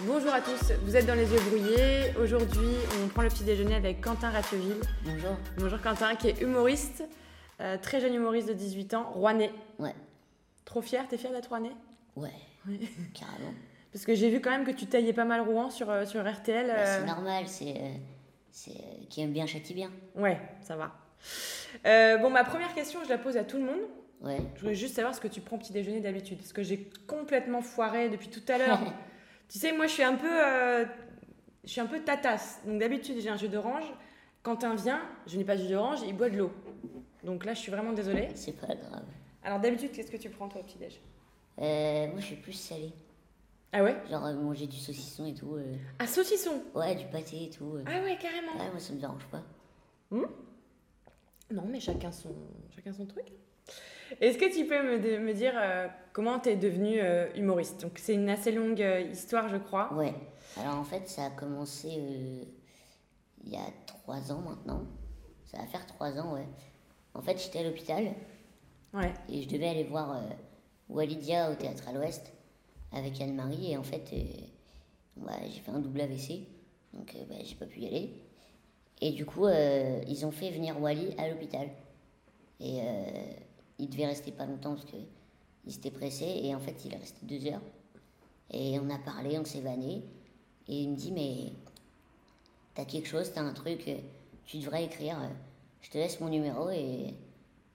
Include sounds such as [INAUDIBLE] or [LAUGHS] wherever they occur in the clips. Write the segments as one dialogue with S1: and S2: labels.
S1: Bonjour à tous, vous êtes dans les yeux brouillés. Aujourd'hui, on prend le petit déjeuner avec Quentin Ratioville.
S2: Bonjour.
S1: Bonjour Quentin, qui est humoriste, euh, très jeune humoriste de 18 ans, Rouennais.
S2: Ouais.
S1: Trop fier, t'es fier d'être Rouennais
S2: Ouais. Carrément.
S1: Parce que j'ai vu quand même que tu taillais pas mal Rouen sur, euh, sur RTL.
S2: Bah,
S1: euh,
S2: c'est normal, c'est. euh, c'est euh, qui aime bien châtie bien.
S1: Ouais, ça va. Euh, bon, ma première question, je la pose à tout le monde.
S2: Ouais.
S1: Je voulais juste savoir ce que tu prends petit déjeuner d'habitude. Parce que j'ai complètement foiré depuis tout à
S2: [LAUGHS]
S1: l'heure. tu sais, moi, je suis un peu, euh, je suis un peu tatasse. Donc d'habitude, j'ai un jus d'orange. Quentin vient, je n'ai pas de jus d'orange, il boit de l'eau. Donc là, je suis vraiment désolée.
S2: c'est pas grave.
S1: Alors d'habitude, qu'est-ce que tu prends toi au petit déj
S2: Euh, moi je suis plus salé.
S1: Ah ouais
S2: Genre euh, manger du saucisson et tout. euh,
S1: Un saucisson.
S2: ouais, du pâté et tout. euh.
S1: Ah ouais, carrément.
S2: Ouais, moi ça me dérange pas.
S1: Non, mais chacun son, chacun son truc. Est-ce que tu peux me, dé- me dire euh, comment tu es devenu euh, humoriste Donc, c'est une assez longue euh, histoire, je crois.
S2: Ouais. Alors en fait, ça a commencé euh, il y a trois ans maintenant. Ça va faire trois ans, ouais. En fait, j'étais à l'hôpital
S1: Ouais.
S2: et je devais aller voir euh, Walidia au théâtre à l'Ouest avec Anne-Marie et en fait euh, bah, j'ai fait un double AVC donc euh, bah, j'ai pas pu y aller et du coup euh, ils ont fait venir Wally à l'hôpital et euh, il devait rester pas longtemps parce que il s'était pressé et en fait il est resté deux heures et on a parlé on s'est vanné et il me dit mais t'as quelque chose t'as un truc euh, tu devrais écrire euh, je te laisse mon numéro et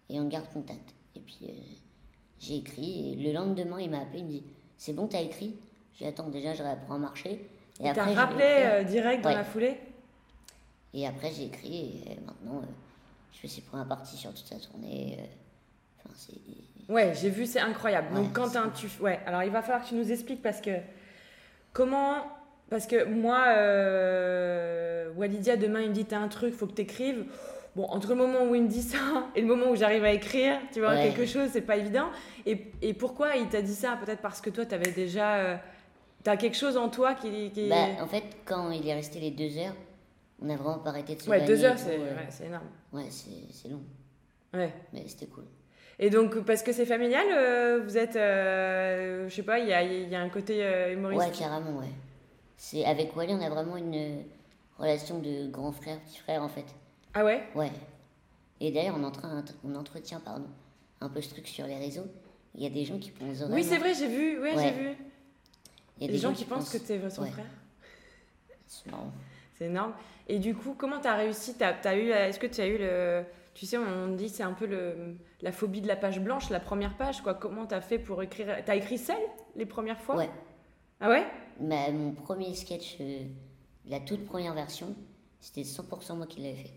S2: et on garde contact. Et puis euh, j'ai écrit, et le lendemain il m'a appelé, il me dit C'est bon, t'as écrit J'attends déjà, je réapprends à marcher. Et
S1: Tu t'as
S2: je vais
S1: rappelé
S2: écrire.
S1: euh, direct dans
S2: Ouais.
S1: la foulée
S2: Et après j'ai écrit, et euh, maintenant euh, je fais ses premières parties sur toute sa tournée. euh, Enfin, c'est.
S1: Ouais, j'ai vu, c'est incroyable. Donc,
S2: Ouais,
S1: Quentin, tu. Ouais, alors il va falloir que tu nous expliques parce que. Comment. Parce que moi, euh, Walidia, demain, il me dit T'as un truc, faut que t'écrives. Bon, entre le moment où il me dit ça [LAUGHS] et le moment où j'arrive à écrire, tu vois,
S2: Ouais.
S1: quelque chose, c'est pas évident. Et, et pourquoi il t'a dit ça Peut-être parce que toi, t'avais déjà. euh, T'as quelque chose en toi qui. qui-
S2: Bah, en fait, quand il est resté les deux heures, on a vraiment pas arrêté de se
S1: ouais,
S2: vanner
S1: deux
S2: et
S1: heures,
S2: tout,
S1: c'est
S2: euh,
S1: ouais, c'est énorme.
S2: Ouais, c'est c'est long,
S1: Ouais.
S2: mais c'était cool.
S1: Et donc, parce que c'est familial, euh, vous êtes. euh, je sais pas, il y a, il y a un côté euh,
S2: Ouais,
S1: humoristique.
S2: carrément, ouais. C'est avec Wally, on a vraiment une euh, relation de grand frère, petit frère en fait.
S1: ah ouais
S2: Ouais. Et d'ailleurs, on, entrain- on entretient pardon, un peu ce truc sur les réseaux. Il y a des gens qui pensent vraiment.
S1: Oui, c'est vrai, j'ai vu. Ouais,
S2: Ouais.
S1: j'ai vu.
S2: Il y a
S1: Les gens qui pensent que t'es son
S2: Ouais.
S1: frère.
S2: C'est marrant.
S1: C'est énorme. Et du coup, comment t'as réussi T'as- t'as eu la- Est-ce que tu as eu le Tu sais, on dit c'est un peu le la phobie de la page blanche, la première page, quoi. Comment t'as fait pour écrire T'as écrit seul les premières fois
S2: Ouais.
S1: Ah ouais
S2: Ma- mon premier sketch, euh, la toute première version, c'était 100% moi qui l'avais fait.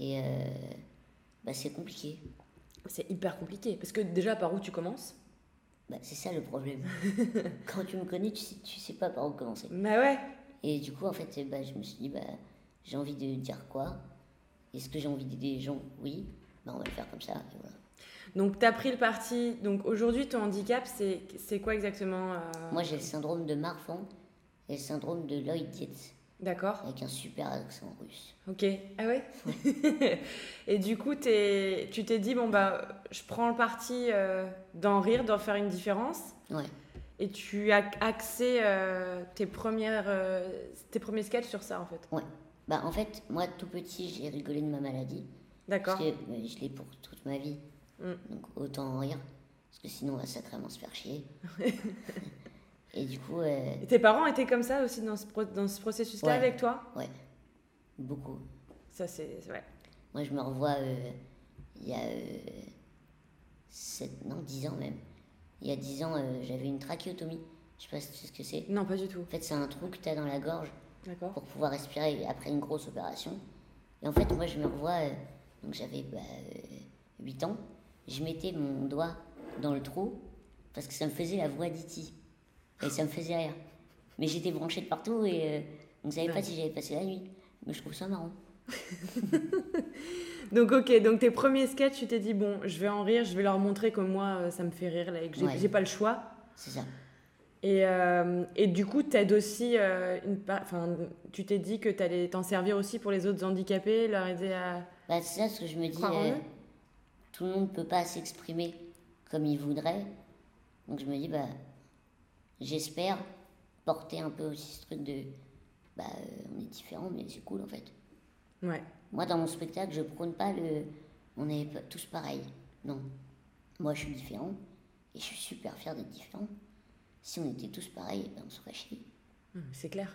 S2: Et euh, bah, c'est compliqué.
S1: C'est hyper compliqué parce que déjà par où tu commences
S2: Bah, c'est ça le problème. Quand tu me connais, tu sais, tu sais pas par où commencer.
S1: Bah ouais.
S2: Et du coup, en fait, bah, je me suis dit, bah, j'ai envie de dire quoi Est-ce que j'ai envie d'aider les gens Oui. Bah, on va le faire comme ça. et voilà.
S1: Donc t'as pris le parti. Donc aujourd'hui, ton handicap, c'est c'est quoi exactement euh,
S2: Moi, j'ai le syndrome de Marfan et le syndrome de Lloyd Dietz,
S1: D'accord.
S2: avec un super accent russe.
S1: Ok. Ah ouais [LAUGHS] Et du coup, t'es- tu t'es dit, bon, bah, je prends le parti euh, d'en rire, d'en faire une différence.
S2: Ouais,
S1: Et tu as axé euh, tes, premières, euh, tes premiers sketchs sur ça, en fait.
S2: ouais. Bah, en fait, moi, tout petit, j'ai rigolé de ma maladie. Parce
S1: D'accord.
S2: que euh, je l'ai pour toute ma vie.
S1: Mm.
S2: Donc, autant en rire. Parce que sinon, on va sacrément se
S1: [LAUGHS]
S2: faire chier. et du coup, euh,
S1: Et tes parents étaient comme ça aussi dans ce, pro- dans ce processus-là
S2: Ouais.
S1: avec toi
S2: ouais, beaucoup.
S1: Ça, c'est. c'est- Ouais.
S2: Moi, je me revois euh, il y a 7, non, 10 ans même. Il y a 10 ans, euh, j'avais une trachéotomie. Je sais pas si tu sais ce que c'est.
S1: Non, pas du tout.
S2: En fait, c'est un trou que tu as dans la gorge
S1: D'accord.
S2: pour pouvoir respirer après une grosse opération. Et en fait, moi, je me revois, euh, donc j'avais bah, 8 ans, je mettais mon doigt dans le trou parce que ça me faisait la voix d'Iti. Et ça me faisait rire. Mais j'étais branchée de partout et euh, on ne savait pas
S1: Ouais.
S2: si j'avais passé la nuit. Mais je trouve ça marrant.
S1: Donc, ok, donc tes premiers sketchs, tu t'es dit, bon, je vais en rire, je vais leur montrer que moi, euh, ça me fait rire, là, et que j'ai
S2: Ouais.
S1: j'ai pas le choix.
S2: C'est ça.
S1: Et, euh, et du coup, t'aides aussi euh, une par- enfin, tu t'es dit que t'allais t'en servir aussi pour les autres handicapés, leur aider à.
S2: Bah, c'est ça ce que je me dis.
S1: Croire en
S2: euh,
S1: eux.
S2: tout le monde ne peut pas s'exprimer comme il voudrait. Donc je me dis, bah, j'espère porter un peu aussi ce truc de bah euh, on est différents mais c'est cool en fait.
S1: Ouais.
S2: Moi dans mon spectacle je prône pas le on est p- tous pareils. Non. Moi je suis différent et je suis super fier d'être différent. Si on était tous pareils, ben, on serait chier.
S1: Hum, C'est clair.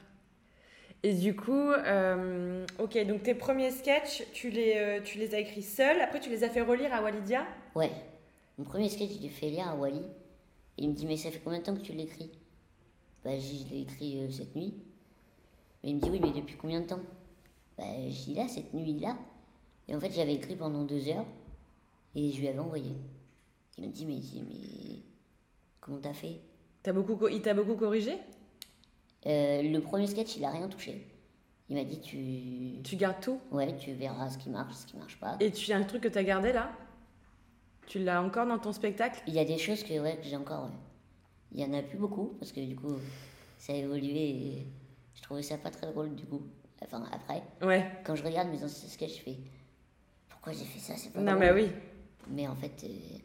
S1: Et du coup, euh, ok, donc tes premiers sketchs, tu les, euh, tu les as écrits seuls, après tu les as fait relire à Walidia
S2: Ouais. Mon premier sketch, je l'ai fait lire à Wally. Et il me dit Mais ça fait combien de temps que tu l'écris Bah, je dis, Je l'ai écrit euh, cette nuit. Mais il me dit Oui, mais depuis combien de temps Bah, je dis Là, cette nuit-là. Et en fait, j'avais écrit pendant deux heures. Et je lui avais envoyé. Il me dit Mais, mais comment t'as fait
S1: T'as beaucoup, co- Il t'a beaucoup corrigé
S2: Euh, Le premier sketch, il a rien touché. Il m'a dit Tu.
S1: Tu gardes tout
S2: Ouais, tu verras ce qui marche, ce qui marche pas.
S1: Et tu as un truc que t'as gardé là Tu l'as encore dans ton spectacle
S2: Il y a des choses que, ouais, que j'ai encore. ouais. Il y en a plus beaucoup parce que du coup, ça a évolué et je trouvais ça pas très drôle du coup. Enfin, après,
S1: Ouais.
S2: quand je regarde mes anciens sketchs, je fais pourquoi j'ai fait ça C'est pas
S1: Non,
S2: drôle.
S1: mais oui.
S2: Mais en fait, euh,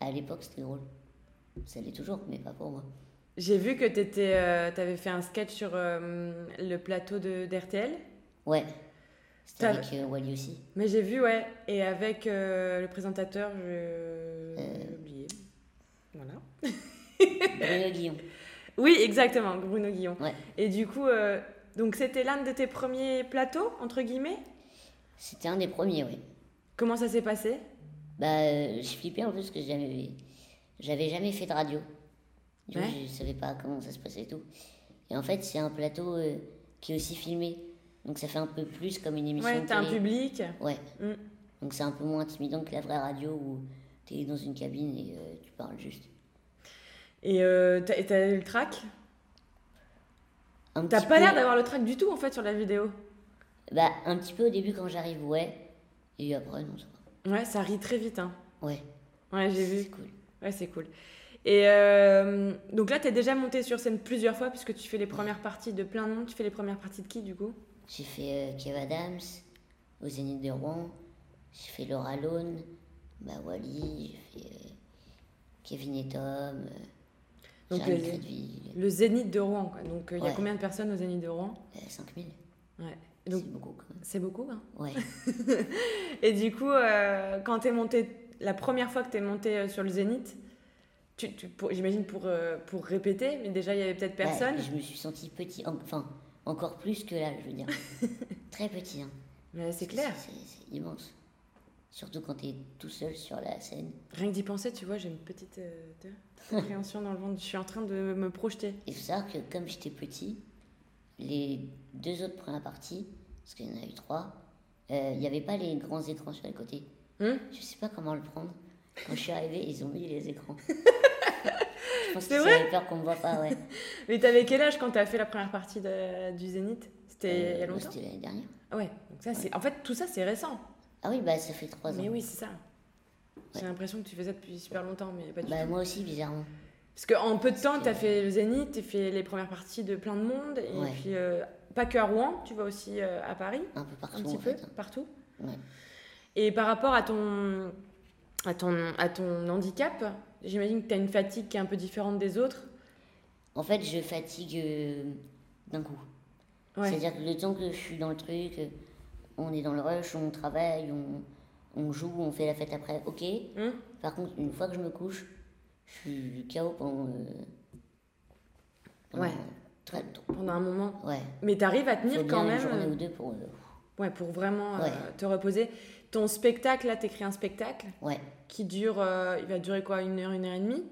S2: à l'époque, c'était drôle. Ça l'est toujours, mais pas pour moi.
S1: J'ai vu que t'étais, euh, t'avais fait un sketch sur euh, le plateau de d'RTL.
S2: Ouais. C'était
S1: T'as-
S2: avec euh, Wally aussi.
S1: Mais j'ai vu, ouais. Et avec euh, le présentateur, je- j'ai
S2: Euh.
S1: oublié. Voilà.
S2: Bruno Guillon.
S1: Oui, exactement, Bruno Guillon.
S2: Ouais.
S1: Et du coup, euh, donc c'était l'un de tes premiers plateaux, entre guillemets
S2: C'était un des premiers, ouais.
S1: Comment ça s'est passé
S2: Bah, euh, je flippais un peu parce que j'avais, j'avais jamais fait de radio. Du coup,
S1: Ouais.
S2: je savais pas comment ça se passait et tout. Et en fait, c'est un plateau euh, qui est aussi filmé. Donc, ça fait un peu plus comme une émission.
S1: Ouais,
S2: de
S1: t'as un
S2: télé.
S1: public.
S2: Ouais.
S1: Mm.
S2: Donc, c'est un peu moins intimidant que la vraie radio où tu es dans une cabine et euh, tu parles juste.
S1: Et euh, t'as et t'as eu le track
S2: Un
S1: T'as pas
S2: petit peu-
S1: l'air d'avoir le track du tout, en fait, sur la vidéo.
S2: Bah, un petit peu au début quand j'arrive, ouais. Et après, non, ça va.
S1: Ouais, ça rit très vite, hein.
S2: Ouais,
S1: Ouais, j'ai
S2: c'est
S1: vu.
S2: cool.
S1: Ouais, c'est cool. Et euh, donc là, t'es déjà monté sur scène plusieurs fois, puisque tu fais les premières parties de plein de monde. Tu fais les premières parties de qui, du coup
S2: J'ai fait euh, Kev Adams, au Zénith de Rouen, j'ai fait Laura Lone, bah Wally, j'ai fait euh, Kevin et Tom, euh,
S1: Donc, euh,
S2: Jérémy euh,
S1: le-
S2: Crédville,
S1: Le Zénith de Rouen, quoi. Donc, euh, il y a
S2: Ouais.
S1: combien de personnes au Zénith de Rouen
S2: euh, 5000.
S1: Ouais. Donc,
S2: c'est beaucoup quand même.
S1: c'est beaucoup, hein.
S2: Ouais,
S1: Et du coup, euh, quand t'es monté, la première fois que t'es monté euh, sur le Zénith, tu, tu- pour- j'imagine pour, euh, pour répéter, mais déjà, il y avait peut-être [LAUGHS] personne.
S2: Bah, je me suis senti petit, en- enfin, encore plus que là,
S1: [LAUGHS]
S2: je veux dire. Très petit, hein.
S1: Mais c'est clair.
S2: C'est c'est immense. Surtout quand t'es tout seul sur la scène.
S1: Rien que d'y penser, tu vois, j'ai une petite euh, tu
S2: [LAUGHS]
S1: vois, appréhension dans le ventre. Je suis en train de me projeter.
S2: Il faut savoir que comme j'étais petit, les deux autres premières parties, parce qu'il y en a eu trois, euh, il n'y avait pas les grands écrans sur les côtés.
S1: Hum
S2: Je sais pas comment le prendre. Quand je suis arrivée, ils ont mis les
S1: [LAUGHS]
S2: écrans. je pense
S1: C'est
S2: qu'ils
S1: vrai
S2: avaient peur qu'on me voit pas, ouais.
S1: Mais t'avais quel âge quand t'as fait la première partie de- du Zénith C'était il y
S2: Euh,
S1: a longtemps
S2: C'était l'année dernière.
S1: Ah ouais. Donc ça, c'est... En fait, tout ça, c'est récent.
S2: Ah oui, bah ça fait trois ans.
S1: Mais oui, c'est ça. J'ai l'impression que tu fais ça depuis super longtemps, mais pas du
S2: Bah
S1: tout.
S2: moi aussi, bizarrement.
S1: Parce qu'en peu de temps,
S2: que-
S1: t'as fait le Zénith, t'as fait les premières parties de plein de monde, et
S2: Ouais.
S1: puis euh, pas que à Rouen, tu vas aussi euh, à Paris,
S2: Un peu
S1: un
S2: partout,
S1: petit
S2: en
S1: peu,
S2: fait. hein.
S1: partout.
S2: Ouais.
S1: Et par rapport à ton, à ton, à ton handicap, j'imagine que t'as une fatigue qui est un peu différente des autres.
S2: En fait, je fatigue euh, d'un coup.
S1: Ouais.
S2: C'est-à-dire que le temps que je suis dans le truc, euh, on est dans le rush, on travaille, on, on joue, on fait la fête après, ok.
S1: Hum
S2: Par contre, une fois que je me couche, je suis KO pendant... euh, pendant
S1: Ouais.
S2: Très longtemps.
S1: Pendant un moment.
S2: Ouais.
S1: Mais t'arrives à
S2: Faut
S1: tenir
S2: bien
S1: quand
S2: une
S1: même.
S2: journée
S1: euh,
S2: ou deux pour... euh,
S1: Ouais, pour vraiment euh,
S2: Ouais.
S1: te reposer. Ton spectacle, là, t'écris un spectacle
S2: ouais.
S1: qui dure, euh, il va durer quoi, une heure, une heure et demie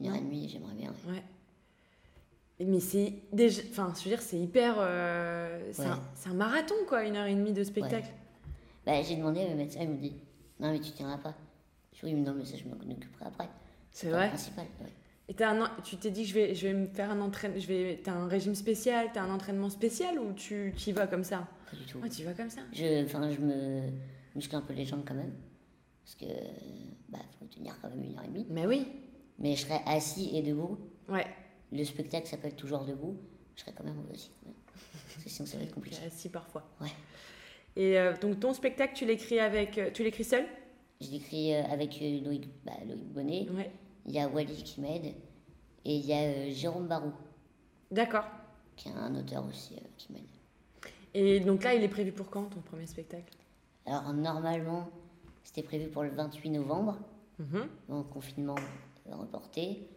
S2: Une heure
S1: Non.
S2: et demie, j'aimerais bien. ouais.
S1: Ouais. Mais c'est déjà, enfin, je veux dire, c'est hyper, euh, c'est
S2: Ouais.
S1: un, c'est un marathon quoi, une heure et demie de spectacle.
S2: Bah, j'ai demandé à mes médecins, ils m'ont dit Non, mais tu tiendras pas. Je lui ai dit Non, mais ça, je m'en occuperai après.
S1: C'est
S2: pas le
S1: vrai.
S2: principal. ouais.
S1: Et t'as un, en- tu t'es dit que je vais, je vais me faire un entraînement, je vais, t'as un régime spécial, t'as un entraînement spécial ou tu, tu y vas comme ça
S2: Pas du tout.
S1: Ouais, tu y vas comme ça.
S2: Je, enfin, je me muscle un peu les jambes quand même. Parce que, bah, faut tenir quand même une heure et demie.
S1: Mais oui.
S2: Mais je serai assis et debout.
S1: Ouais.
S2: Le spectacle s'appelle Toujours debout. Je serai quand même assis. ouais. Parce que sinon, ça va être compliqué.
S1: Si parfois.
S2: Ouais.
S1: Et euh, donc ton spectacle, tu l'écris avec, euh, tu l'écris seul
S2: Je l'écris euh, avec euh, Loïc, bah, Loïc Bonnet.
S1: Ouais.
S2: Il y a Wally qui m'aide. Et il y a euh, Jérôme Barou.
S1: D'accord.
S2: qui est un auteur aussi euh, qui mène.
S1: Et donc là, il est prévu pour quand ton premier spectacle
S2: Alors normalement, c'était prévu pour le 28 novembre,
S1: Mhm.
S2: donc confinement reporté.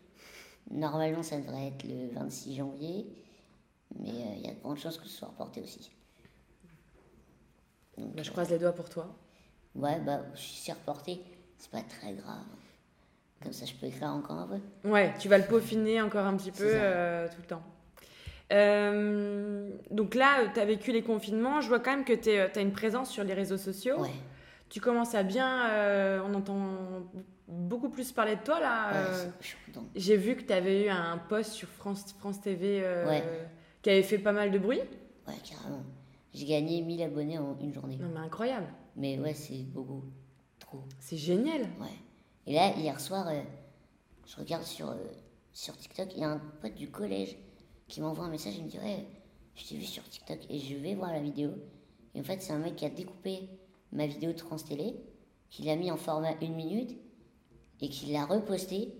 S2: Normalement, ça devrait être le 26 janvier, mais euh, il y a de grandes chances que ce soit reporté aussi. Donc,
S1: Bah, Je
S2: euh,
S1: croise les doigts pour toi.
S2: ouais, bah, si c'est reporté, c'est pas très grave. Comme ça, je peux écrire encore un peu.
S1: Ouais, tu vas le peaufiner encore un petit peu
S2: C'est ça.
S1: euh, tout le temps. Euh, donc là, tu as vécu les confinements. Je vois quand même que tu as une présence sur les réseaux sociaux.
S2: Ouais,
S1: Tu commences à bien. euh, on entend beaucoup plus parler de toi là.
S2: ouais,
S1: Euh,
S2: c'est- je suis content.
S1: J'ai vu que tu avais eu un post sur France, France TV euh,
S2: Ouais.
S1: qui avait fait pas mal de bruit.
S2: Ouais, carrément. J'ai gagné 1000 abonnés en une journée.
S1: Non, mais incroyable.
S2: Mais ouais, c'est beaucoup. Trop.
S1: C'est génial.
S2: Ouais. Et là, hier soir, euh, je regarde sur, euh, sur TikTok, il y a un pote du collège qui m'envoie un message, il me dit Ouais, je t'ai vu sur TikTok et je vais voir la vidéo. Et en fait, c'est un mec qui a découpé ma vidéo de France Télé, qui l'a mis en format une minute et qui l'a reposté.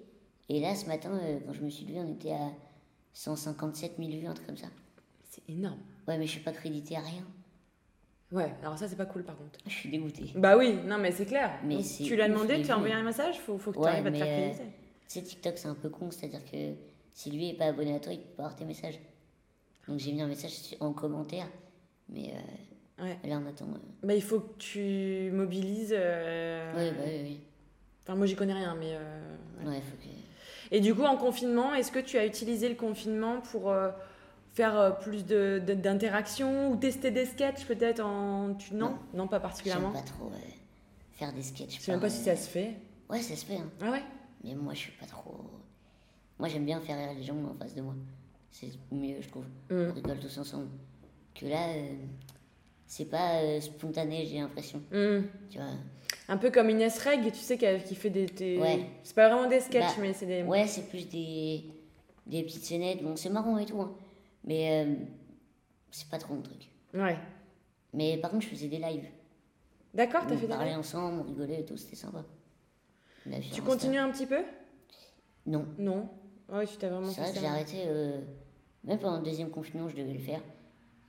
S2: Et là, ce matin, euh, quand je me suis levé, on était à 157 000 vues, un truc comme ça.
S1: C'est énorme.
S2: Ouais, mais je suis pas crédité à rien.
S1: Ouais, alors ça, c'est pas cool par contre.
S2: Je suis dégoûtée.
S1: Bah oui, non, mais c'est clair.
S2: Mais
S1: Donc,
S2: c'est
S1: tu l'as
S2: ouf,
S1: demandé,
S2: les
S1: tu as envoyé
S2: vues.
S1: un message, faut, faut que tu
S2: Ouais,
S1: arrives à te
S2: mais,
S1: faire
S2: euh,
S1: créditer.
S2: Tu sais, TikTok, c'est un peu con, c'est-à-dire que si lui est pas abonné à toi, il peut pas avoir tes messages. Donc j'ai mis un message su- en commentaire, mais euh,
S1: Ouais.
S2: là on attend. euh.
S1: Bah, il faut que tu mobilises. euh,
S2: Ouais, bah oui,
S1: Enfin, moi, j'y connais rien, mais. euh,
S2: oui.
S1: ouais.
S2: Ouais, faut que.
S1: Et du coup, en confinement, est-ce que tu as utilisé le confinement pour euh, faire euh, plus de- de- d'interactions ou tester des sketchs peut-être en. Tu... Non,
S2: Non.
S1: non pas
S2: J'aime
S1: particulièrement.
S2: pas trop euh, faire des sketchs.
S1: Je sais même pas
S2: par,
S1: si
S2: euh,
S1: ça se fait.
S2: Ouais, ça se fait, hein.
S1: Ah ouais
S2: Mais moi je suis pas trop. Moi j'aime bien faire rire les gens en face de moi. C'est mieux, je trouve.
S1: Mm.
S2: On rigole tous ensemble. Que là, euh, c'est pas euh, spontané, j'ai l'impression.
S1: Mm.
S2: Tu vois.
S1: Un peu comme Inès Reg, tu sais, qui qui fait des. des-
S2: Ouais.
S1: C'est pas vraiment des sketchs,
S2: Bah,
S1: mais c'est des.
S2: Ouais, c'est plus des, des petites scénettes. Bon, c'est marrant et tout, hein. mais euh, c'est pas trop mon truc.
S1: Ouais.
S2: Mais par contre, je faisais des lives.
S1: D'accord, Ah, t'as
S2: on
S1: fait des.
S2: parlait ensemble, on rigolait et tout, c'était sympa. On l'a vu
S1: Tu
S2: sur
S1: continues
S2: Insta.
S1: un petit peu
S2: Non.
S1: Non. Ouais, tu t'as vraiment
S2: C'est
S1: fait
S2: vrai que
S1: ça.
S2: j'ai arrêté, euh, même pendant le deuxième confinement, je devais le faire.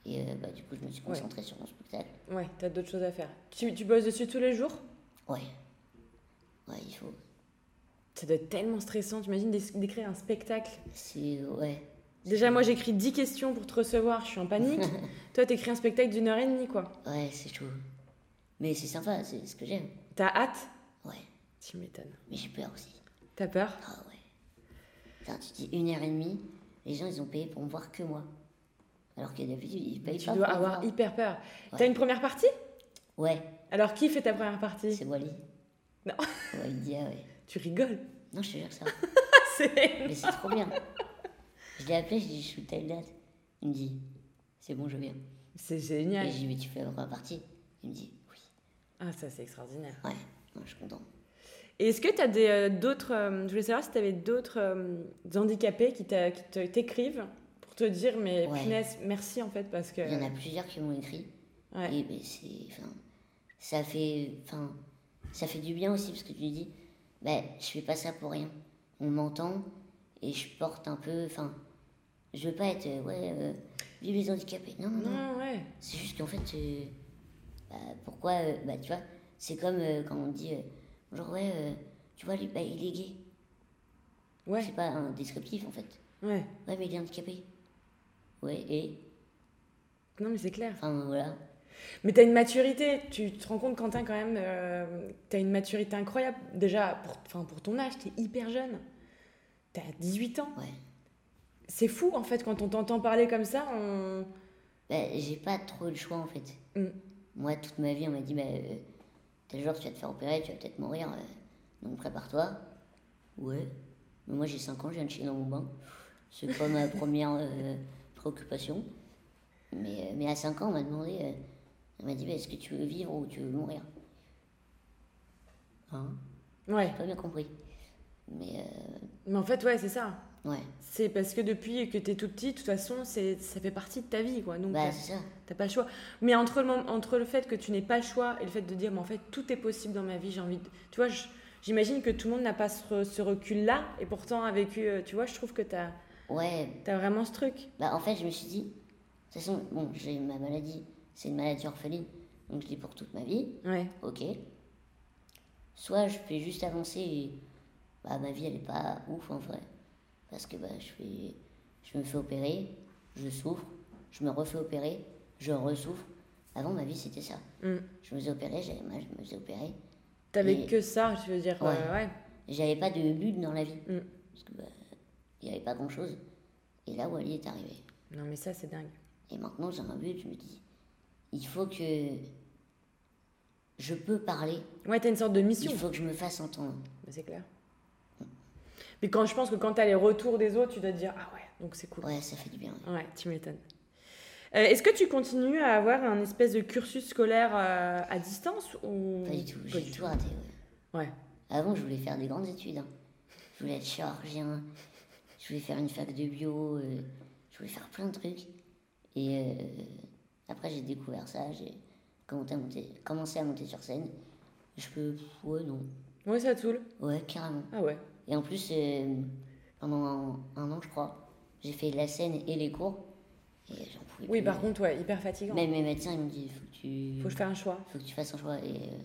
S2: Et euh, bah, du coup, je me suis
S1: Ouais.
S2: concentrée sur mon spectacle.
S1: Ouais, t'as d'autres choses à faire. Tu, tu bosses dessus tous les jours
S2: Ouais. Ouais, il faut.
S1: Ça doit être tellement stressant, t'imagines d'é- d'écrire un spectacle.
S2: C'est. Ouais.
S1: Déjà, moi j'écris 10 questions pour te recevoir, je suis en panique.
S2: [LAUGHS]
S1: Toi, t'écris un spectacle d'une heure et demie, quoi.
S2: Ouais, c'est chaud. Mais c'est sympa, c'est ce que j'aime.
S1: T'as hâte
S2: Ouais.
S1: Tu m'étonnes.
S2: Mais j'ai peur aussi.
S1: T'as peur
S2: Ah ouais. Putain, tu dis une heure et demie, les gens ils ont payé pour me voir que moi. Alors que d'habitude ils payent
S1: Tu
S2: pas.
S1: dois
S2: pour me
S1: avoir
S2: voir.
S1: hyper peur. T'as
S2: Ouais.
S1: une première partie
S2: Ouais,
S1: Alors, qui fait ta première partie
S2: c'est Wally.
S1: Non.
S2: Wally Dia, [LAUGHS] ouais.
S1: Tu rigoles. [LAUGHS]
S2: Non, je te jure ça.
S1: C'est-
S2: Mais c'est trop bien. Je l'ai appelé, je lui ai dit je suis de telle date. Il me dit c'est bon, je viens.
S1: C'est
S2: Et
S1: génial.
S2: je lui ai dit mais tu fais encore partie Il me dit oui.
S1: Ah, ça, c'est extraordinaire.
S2: Ouais, non, je suis content.
S1: Et est-ce que t'as des, euh, d'autres. euh, je voulais savoir si t'avais d'autres euh, handicapés qui t'a- qui te- t'écrivent pour te dire, mais
S2: Ouais.
S1: punaise, merci en fait, parce que.
S2: Il y en a plusieurs qui m'ont écrit.
S1: Ouais.
S2: Et ben, c'est. Enfin, ça fait. Enfin, ça fait du bien aussi parce que tu dis, ben, je fais pas ça pour rien. On m'entend et je porte un peu. Enfin, je veux pas être. euh, Ouais, euh, vive les handicapés. Non, non, non.
S1: Non, ouais.
S2: C'est juste qu'en fait, euh, bah, pourquoi. euh, bah, tu vois, c'est comme euh, quand on dit, euh, genre, ouais, euh, tu vois, lui, bah, il est gay.
S1: Ouais,
S2: C'est pas un descriptif en fait.
S1: ouais.
S2: Ouais, mais il est handicapé. Ouais, et.
S1: Non, mais c'est clair.
S2: Enfin, voilà.
S1: Mais t'as une maturité. Tu te rends compte, Quentin, quand même, euh, t'as une maturité incroyable. Déjà, pour, enfin, pour ton âge, t'es hyper jeune. T'as 18 ans.
S2: Ouais.
S1: C'est fou, en fait, quand on t'entend parler comme ça, on...
S2: Bah, j'ai pas trop le choix en fait.
S1: Mm.
S2: Moi, toute ma vie, on m'a dit, bah, euh, tel jour, tu vas te faire opérer, tu vas peut-être mourir, euh, donc prépare-toi. Ouais. Mais moi, j'ai 5 ans, je viens de chier dans mon bain. C'est pas ma première euh, préoccupation. Mais, euh, mais à 5 ans, on m'a demandé, euh, on m'a dit, bah, est-ce que tu veux vivre ou tu veux mourir Hein
S1: Ouais.
S2: J'ai pas bien compris. Mais euh,
S1: Mais en fait, ouais, c'est ça.
S2: ouais,
S1: C'est parce que depuis que t'es tout petit, de toute façon, c'est, ça fait partie de ta vie, quoi. Donc,
S2: bah,
S1: t'as-
S2: c'est ça.
S1: t'as pas le choix. Mais entre le, mom- entre le fait que tu n'aies pas le choix et le fait de dire, mais en fait, tout est possible dans ma vie, j'ai envie de... Tu vois, je- j'imagine que tout le monde n'a pas ce, re- ce recul-là, et pourtant a vécu... euh, Tu vois, je trouve que t'as...
S2: Ouais,
S1: T'as vraiment ce truc.
S2: bah en fait, je me suis dit, de toute façon, bon, j'ai ma maladie, c'est une maladie orpheline, donc je l'ai pour toute ma vie,
S1: Ouais.
S2: ok. Soit je fais juste avancer et bah, ma vie, elle est pas ouf en vrai. Parce que bah, je, fais, je me fais opérer, je souffre, je me refais opérer, je ressouffre. Avant, ma vie, c'était ça.
S1: Mm.
S2: Je me faisais opérer, j'avais mal, je me faisais opérer.
S1: T'avais
S2: Et-
S1: que ça, je veux dire.
S2: Ouais.
S1: euh, ouais.
S2: J'avais pas de but dans la vie.
S1: Mm.
S2: Parce que bah, il n'y avait pas grand chose. Et là, Wally est arrivé.
S1: Non, mais ça, c'est dingue.
S2: Et maintenant, j'ai un but, je me dis, il faut que je peux parler,
S1: Ouais, t'as une sorte de mission.
S2: il faut que je me fasse entendre.
S1: Mais c'est clair. Mais quand je pense que quand t'as les retours des autres, tu dois te dire Ah ouais, donc c'est cool.
S2: Ouais, ça fait du bien.
S1: Ouais, tu m'étonnes. Euh, Est-ce que tu continues à avoir un espèce de cursus scolaire euh, à distance ou...
S2: Pas du tout,
S1: Pas
S2: j'ai
S1: du
S2: tout raté. ouais.
S1: Ouais.
S2: Avant, je voulais faire des grandes études. hein. Je voulais être chirurgien, je voulais faire une fac de bio, euh, je voulais faire plein de trucs. Et euh, après, j'ai découvert ça, j'ai commencé à, monter, commencé à monter sur scène. Je peux. Ouais, non.
S1: tout. Ouais, ça te saoule.
S2: Ouais, carrément.
S1: Ah ouais.
S2: Et en plus, euh, pendant un, un an, je crois, j'ai fait la scène et les cours. Et j'en pouvais
S1: Oui,
S2: plus.
S1: par contre, ouais, hyper fatigant.
S2: Même mes médecins, ils m'ont dit faut que tu,
S1: Faut que je fasse un choix.
S2: faut que tu fasses un choix. Et euh,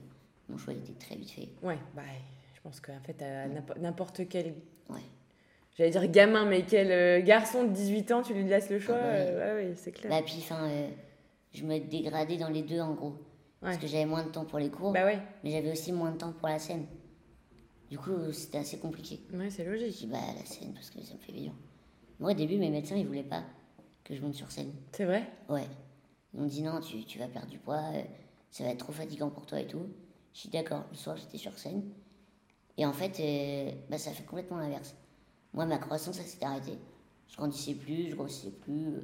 S2: mon choix il était très vite fait.
S1: Ouais, bah, je pense qu'en fait, à n'impo- n'importe quel.
S2: Ouais.
S1: J'allais dire gamin, mais quel euh, garçon de 18 ans, tu lui laisses le choix.
S2: Ah bah ouais.
S1: euh, ouais, ouais, c'est clair.
S2: Bah, puis, enfin, euh, je me dégradais dans les deux en gros. Parce
S1: Ouais.
S2: que j'avais moins de temps pour les cours,
S1: Bah, ouais,
S2: mais j'avais aussi moins de temps pour la scène. Du coup, c'était assez compliqué.
S1: ouais c'est
S2: Je
S1: logique.
S2: dis bah la scène parce que ça me fait vivre. Moi au début, mes médecins ils voulaient pas que je monte sur scène.
S1: C'est vrai
S2: Ouais. Ils m'ont dit non, tu, tu vas perdre du poids, euh, ça va être trop fatigant pour toi et tout. Je suis d'accord, le soir j'étais sur scène. Et en fait, euh, bah, ça fait complètement l'inverse. Moi, ma croissance, ça s'est arrêté. Je grandissais plus, je grossissais plus. euh,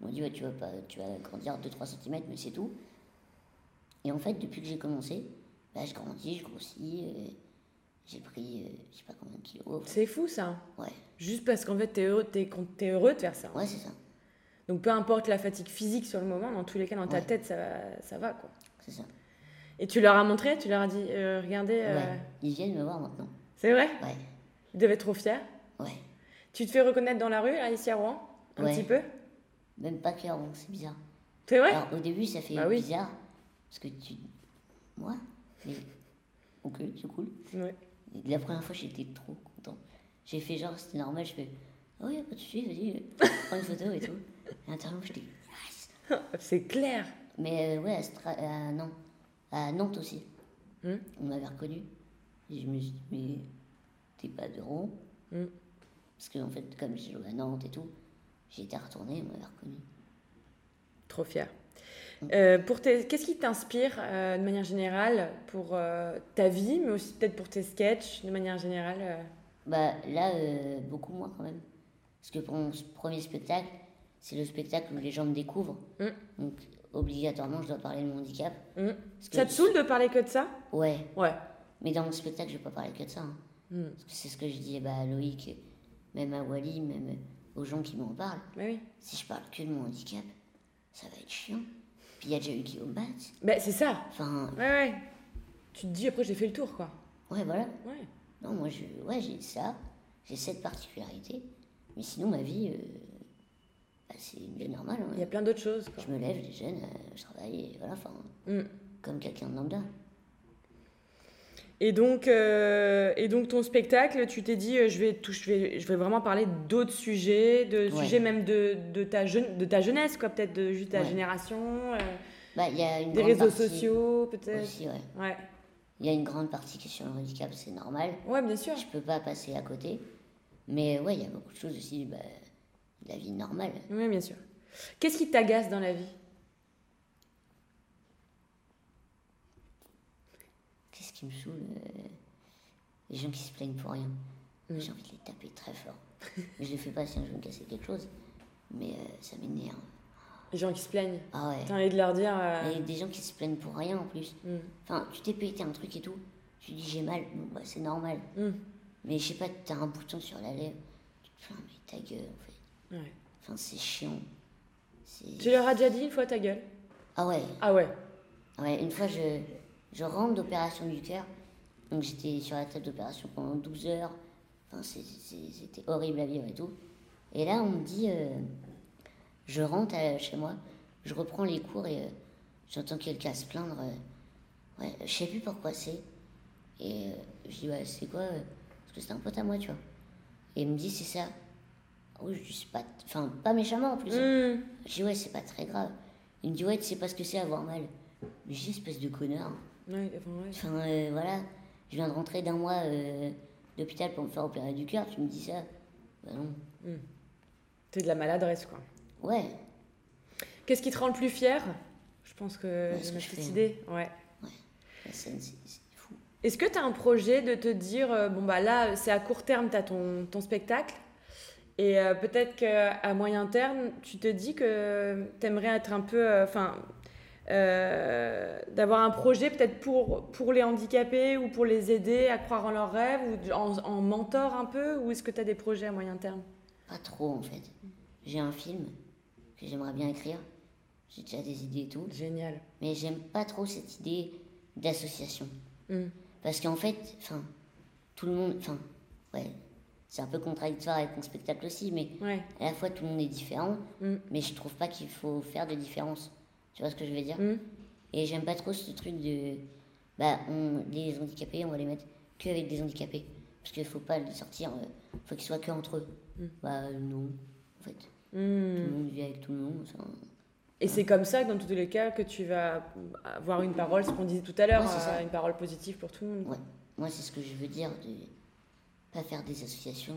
S2: Ils m'ont dit, ouais, tu, vas pas, tu vas grandir 2-3 cm, mais c'est tout. Et en fait, depuis que j'ai commencé, bah, je grandis, je grossis. euh, j'ai pris, euh, je sais pas combien de kilos.
S1: C'est fou ça.
S2: Ouais,
S1: Juste parce qu'en fait, t'es heureux, t'es con- t'es heureux de faire ça.
S2: ouais c'est ça.
S1: Donc peu importe la fatigue physique sur le moment, dans tous les cas, dans ta
S2: Ouais.
S1: tête, ça va, ça va quoi.
S2: C'est ça.
S1: Et tu leur as montré, tu leur as dit, euh, regardez, euh,
S2: Ouais. Ils viennent me voir maintenant.
S1: c'est vrai,
S2: Ouais,
S1: ils devaient être trop fiers.
S2: ouais.
S1: Tu te fais reconnaître dans la rue, là, ici à Rouen, un
S2: Ouais.
S1: petit peu
S2: Même pas clair, bon, c'est bizarre.
S1: C'est vrai
S2: Alors, au début, ça fait
S1: Bah oui.
S2: bizarre. Parce que tu. Moi Mais. Ok, c'est cool.
S1: Ouais.
S2: Et la première fois, j'étais trop content. J'ai fait genre, c'était normal, je fais. Ah ouais, pas de soucis, vas-y, euh, prends une photo et tout. Et intérieurement, j'étais. Yes
S1: C'est clair.
S2: Mais euh, ouais, à, Stra- à Nan- à Nantes aussi.
S1: Hmm.
S2: On m'avait reconnu. Et je me suis dit, mais t'es pas de Rouen
S1: Hmm.
S2: Parce que, en fait, comme j'ai joué à Nantes et tout, j'étais retourné, on m'avait reconnu.
S1: Trop fier. Euh, pour tes... Qu'est-ce qui t'inspire euh, de manière générale pour euh, ta vie, mais aussi peut-être pour tes sketchs de manière générale euh,
S2: Bah là, euh, beaucoup moins quand même. Parce que pour mon s- premier spectacle, c'est le spectacle où les gens me découvrent.
S1: Mm.
S2: Donc obligatoirement, je dois parler de mon handicap.
S1: hmm.
S2: Parce que-
S1: Ça te saoule de parler que de ça
S2: Ouais.
S1: Ouais.
S2: Mais dans mon spectacle, je vais pas parler que de ça. hein.
S1: Hmm.
S2: Parce que c'est ce que je dis bah, à Loïc, même à Wally, même euh, aux gens qui m'en parlent.
S1: Bah oui.
S2: Si je parle que de mon handicap, ça va être chiant. Puis il y a déjà eu Guillaume Batz.
S1: Bah c'est ça.
S2: Enfin,
S1: Ouais, ouais. Tu te dis après j'ai fait le tour quoi.
S2: ouais, voilà.
S1: Ouais.
S2: Non, moi, je, ouais, j'ai ça, j'ai cette particularité. Mais sinon, ma vie, euh, bah, c'est une vie normale. hein.
S1: Il y a plein d'autres choses quoi.
S2: Je me lève, je jeune, je travaille, et voilà, enfin,
S1: Hmm.
S2: comme quelqu'un de lambda.
S1: Et donc, euh, et donc ton spectacle, tu t'es dit, euh, je, vais tou- je, vais, je vais vraiment parler d'autres sujets, de
S2: Ouais.
S1: sujets même de, de, ta jeune- de ta jeunesse, quoi, peut-être de juste ta
S2: Ouais.
S1: génération, euh,
S2: Bah, il y a une
S1: des
S2: grande
S1: réseaux
S2: partie
S1: sociaux, peut-être.
S2: aussi, ouais.
S1: Ouais.
S2: Il y a une grande partie qui est sur le handicap, c'est normal.
S1: ouais, bien sûr.
S2: Je peux pas passer à côté. Mais ouais, il y a beaucoup de choses aussi, bah, de la vie normale.
S1: Oui, bien sûr. Qu'est-ce qui t'agace dans la vie
S2: Qu'est-ce qui me saoule euh, Les gens qui se plaignent pour rien.
S1: Mm.
S2: J'ai envie de les taper très fort. [LAUGHS] Mais je le fais pas si je vais me casser quelque chose. Mais euh, ça m'énerve.
S1: Les gens qui se plaignent.
S2: Ah ouais.
S1: T'as envie de leur dire. euh,
S2: Il y a des gens qui se plaignent pour rien en plus.
S1: Mm.
S2: Enfin, tu t'es pété un truc et tout. Tu dis j'ai mal, bon bah c'est normal.
S1: Mm.
S2: Mais je sais pas, t'as un bouton sur la lèvre. Tu te plains, mais ta gueule en fait.
S1: ouais.
S2: Enfin, c'est chiant. C'est-
S1: Tu leur as déjà dit une fois ta gueule
S2: Ah ouais,
S1: Ah ouais.
S2: ouais, une fois je, je rentre d'opération du cœur. Donc j'étais sur la table d'opération pendant 12 heures. Enfin, c'est- c'est- c'était horrible à vivre et tout. Et là, on me dit, euh, je rentre à- chez moi, je reprends les cours et euh, j'entends quelqu'un se plaindre. euh, ouais, je sais plus pourquoi c'est. Et euh, je dis, ouais, c'est quoi euh Parce que c'est un pote à moi, tu vois. Et il me dit, c'est ça. Oh, je dis, c'est pas. Enfin, pas méchamment en plus.
S1: Hum.
S2: Je dis, ouais, c'est pas très grave. Il me dit, ouais, tu sais pas ce que c'est avoir mal. Mais je dis, espèce de connard.
S1: Ouais, enfin, ouais.
S2: Enfin, euh, voilà, je viens de rentrer d'un mois euh, d'hôpital pour me faire opérer du cœur, tu me dis ça Bah non.
S1: C'est de la maladresse, quoi.
S2: Ouais,
S1: Qu'est-ce qui te rend le plus fier Je pense que
S2: Ouais, ce
S1: j'ai
S2: que
S1: ma
S2: je
S1: petite
S2: fais.
S1: idée. Ouais.
S2: la scène, c'est c'est fou.
S1: Est-ce que tu as un projet de te dire, euh, bon, bah là, c'est à court terme, tu as ton, ton spectacle, et euh, peut-être qu'à moyen terme, tu te dis que tu aimerais être un peu. euh, Enfin. euh, d'avoir un projet peut-être pour, pour les handicapés ou pour les aider à croire en leurs rêves ou en, en mentor un peu ou est-ce que tu as des projets à moyen terme
S2: Pas trop en fait. J'ai un film que j'aimerais bien écrire, j'ai déjà des idées et tout,
S1: Génial.
S2: mais j'aime pas trop cette idée d'association.
S1: Hum.
S2: Parce qu'en fait, enfin, tout le monde, enfin, ouais, c'est un peu contradictoire avec mon spectacle aussi, mais
S1: Ouais.
S2: à la fois tout le monde est différent,
S1: Mm.
S2: mais je trouve pas qu'il faut faire de différence. Tu vois ce que je veux dire
S1: Hum.
S2: Et j'aime pas trop ce truc de. Bah, on, les handicapés, on va les mettre que avec des handicapés. Parce qu'il faut pas les sortir, euh, faut qu'ils soient que entre eux.
S1: Mm.
S2: Bah, euh, non, en fait.
S1: Hum.
S2: Tout le monde vit avec tout le monde. ça.
S1: Et c'est comme ça, dans tous les cas, que tu vas avoir une parole, ce qu'on disait tout à l'heure,
S2: Ouais, c'est ça.
S1: euh, une parole positive pour tout le monde.
S2: Ouais. Moi, c'est ce que je veux dire, de pas faire des associations,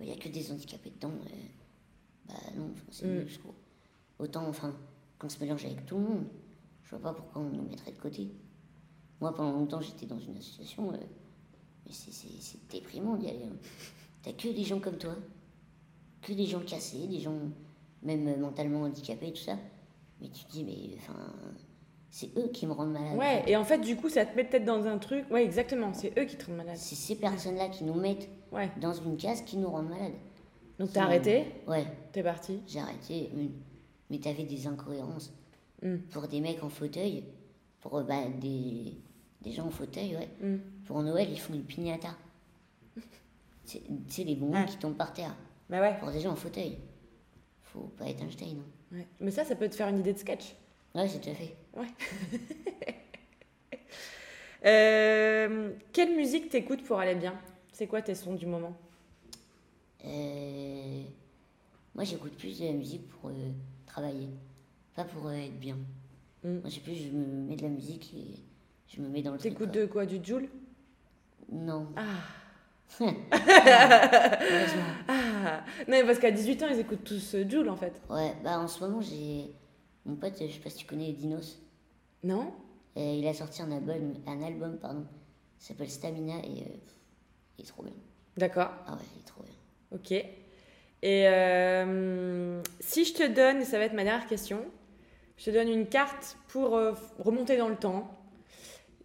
S2: il y a que des handicapés dedans. euh, bah, non, enfin, c'est
S1: Mm.
S2: nul, je trouve. Autant, enfin, qu'on se mélange avec tout le monde. Je vois pas pourquoi on nous mettrait de côté. Moi, pendant longtemps, j'étais dans une association, euh, mais c'est- c'est c'est déprimant d'y aller. hein. T'as que des gens comme toi, que des gens cassés, des gens même euh, mentalement handicapés, et tout ça. Mais tu te dis, mais enfin, c'est eux qui me rendent malade.
S1: Ouais, et en fait, du coup, ça te met peut-être dans un truc. Ouais, exactement, c'est eux qui te rendent malade.
S2: C'est ces personnes-là qui nous mettent
S1: Ouais.
S2: dans une case qui nous rendent malades.
S1: Donc
S2: C'est-
S1: t'as arrêté,
S2: Ouais,
S1: t'es parti.
S2: j'ai arrêté. Mais, mais t'avais des incohérences.
S1: Mm.
S2: Pour des mecs en fauteuil, pour euh, bah, des, des gens en fauteuil, ouais.
S1: Mm.
S2: Pour Noël, ils font
S1: [LAUGHS]
S2: une piñata. C'est- Tu sais, les bonbons
S1: Ah.
S2: qui tombent par terre.
S1: Bah ouais.
S2: Pour des gens en fauteuil. Faut pas être Einstein, hein.
S1: ouais. Mais ça, ça peut te faire une idée de sketch.
S2: Ouais, c'est déjà fait.
S1: Euh, quelle musique t'écoutes pour aller bien C'est quoi tes sons du moment
S2: Euh, Moi, j'écoute plus de la musique pour euh, travailler, pas pour euh, être bien.
S1: Mm.
S2: Moi, je sais plus, je me mets de la musique et je me mets dans le truc.
S1: T'écoutes
S2: quoi.
S1: de quoi Du Joule
S2: Non.
S1: Ah.
S2: Hmm.
S1: [LAUGHS]
S2: Heureusement.
S1: Ah Non, mais parce qu'à 18 ans, ils écoutent tous euh, Joule en fait.
S2: Ouais, bah en ce moment, j'ai. Mon pote, je sais pas si tu connais Dinos,
S1: Non
S2: euh, il a sorti un album, un album pardon, qui s'appelle Stamina et. euh, il est trop bien.
S1: D'accord.
S2: Ah ouais, il est trop bien.
S1: Ok. Et euh, si je te donne, et ça va être ma dernière question, je te donne une carte pour euh, remonter dans le temps.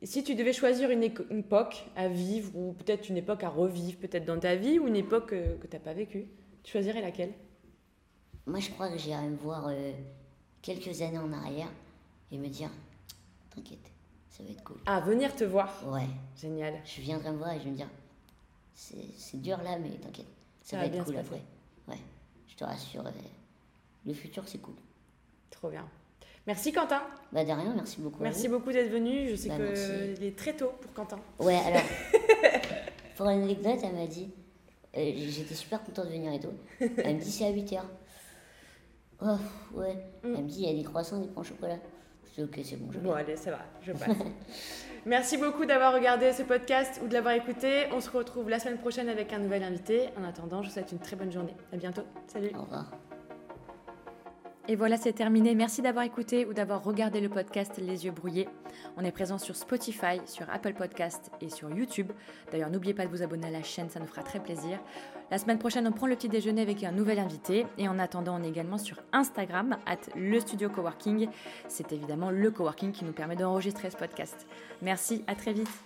S1: Et si tu devais choisir une, éco- une époque à vivre, ou peut-être une époque à revivre, peut-être dans ta vie, ou une époque euh, que tu n'as pas vécue, tu choisirais laquelle
S2: Moi, je crois que j'irai me voir euh, quelques années en arrière et me dire T'inquiète, ça va être cool.
S1: Ah, venir te voir.
S2: Ouais.
S1: Génial.
S2: Je viendrai me voir et je vais me dire, c'est c'est dur là, mais t'inquiète, ça,
S1: Ça
S2: va
S1: va
S2: être
S1: bien se
S2: cool
S1: passer.
S2: après. Ouais, je te rassure, euh, le futur c'est cool.
S1: Trop bien. Merci Quentin.
S2: Bah de rien, merci beaucoup. à
S1: Merci beaucoup d'être venu. Je sais
S2: Bah,
S1: que
S2: merci.
S1: il est très tôt pour Quentin.
S2: vous. Ouais, alors, pour une anecdote, elle m'a dit, euh, j'étais super contente de venir et tout, elle me dit c'est à 8h. Oh, ouais, elle me dit il y a des croissants, des pains au chocolat. Je dis ok, c'est bon, je vais.
S1: Bon, allez, ça va, je passe. [LAUGHS] Merci beaucoup d'avoir regardé ce podcast ou de l'avoir écouté. On se retrouve la semaine prochaine avec un nouvel invité. En attendant, je vous souhaite une très bonne journée. À bientôt. Salut.
S2: Au revoir.
S1: Et voilà, c'est terminé. Merci d'avoir écouté ou d'avoir regardé le podcast Les yeux brouillés. On est présent sur Spotify, sur Apple Podcast et sur YouTube. D'ailleurs, n'oubliez pas de vous abonner à la chaîne, ça nous fera très plaisir. La semaine prochaine, on prend le petit déjeuner avec un nouvel invité. Et en attendant, on est également sur Instagram, at le studio coworking. C'est évidemment le coworking qui nous permet d'enregistrer ce podcast. Merci, à très vite.